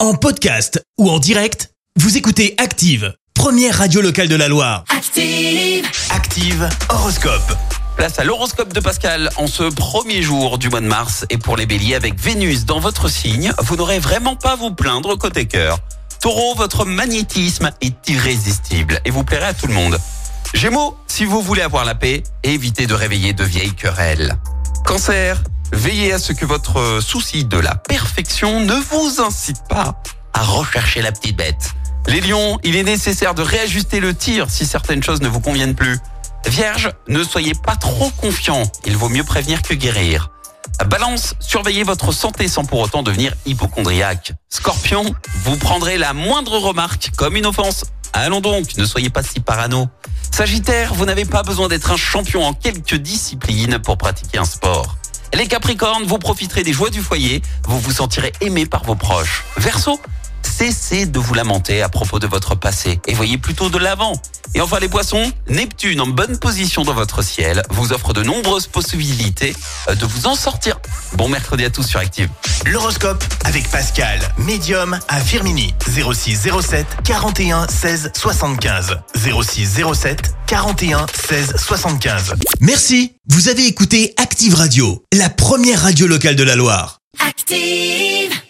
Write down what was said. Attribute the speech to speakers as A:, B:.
A: En podcast ou en direct, vous écoutez Active, première radio locale de la Loire.
B: Active.
C: Active Horoscope. Place à l'horoscope de Pascal en ce premier jour du mois de mars. Et pour les béliers, avec Vénus dans votre signe, vous n'aurez vraiment pas à vous plaindre côté cœur. Taureau, votre magnétisme est irrésistible et vous plairez à tout le monde. Gémeaux, si vous voulez avoir la paix, évitez de réveiller de vieilles querelles. Cancer, veillez à ce que votre euh, souci de la perfection ne vous incite pas à rechercher la petite bête. Les lions, il est nécessaire de réajuster le tir si certaines choses ne vous conviennent plus. Vierge, ne soyez pas trop confiant, il vaut mieux prévenir que guérir. Balance, surveillez votre santé sans pour autant devenir hypochondriaque. Scorpion, vous prendrez la moindre remarque comme une offense. Allons donc, ne soyez pas si parano. Sagittaire, vous n'avez pas besoin d'être un champion en quelques disciplines pour pratiquer un sport. Les Capricornes, vous profiterez des joies du foyer, vous vous sentirez aimé par vos proches. Verseau, cessez de vous lamenter à propos de votre passé et voyez plutôt de l'avant. Et enfin les poissons, Neptune en bonne position dans votre ciel vous offre de nombreuses possibilités euh, de vous en sortir. Bon mercredi à tous sur Active.
A: L'horoscope avec Pascal, médium à Firmini, 0607 41 16 75. 0607 41 16 75. Merci, vous avez écouté Active Radio, la première radio locale de la Loire.
B: Active.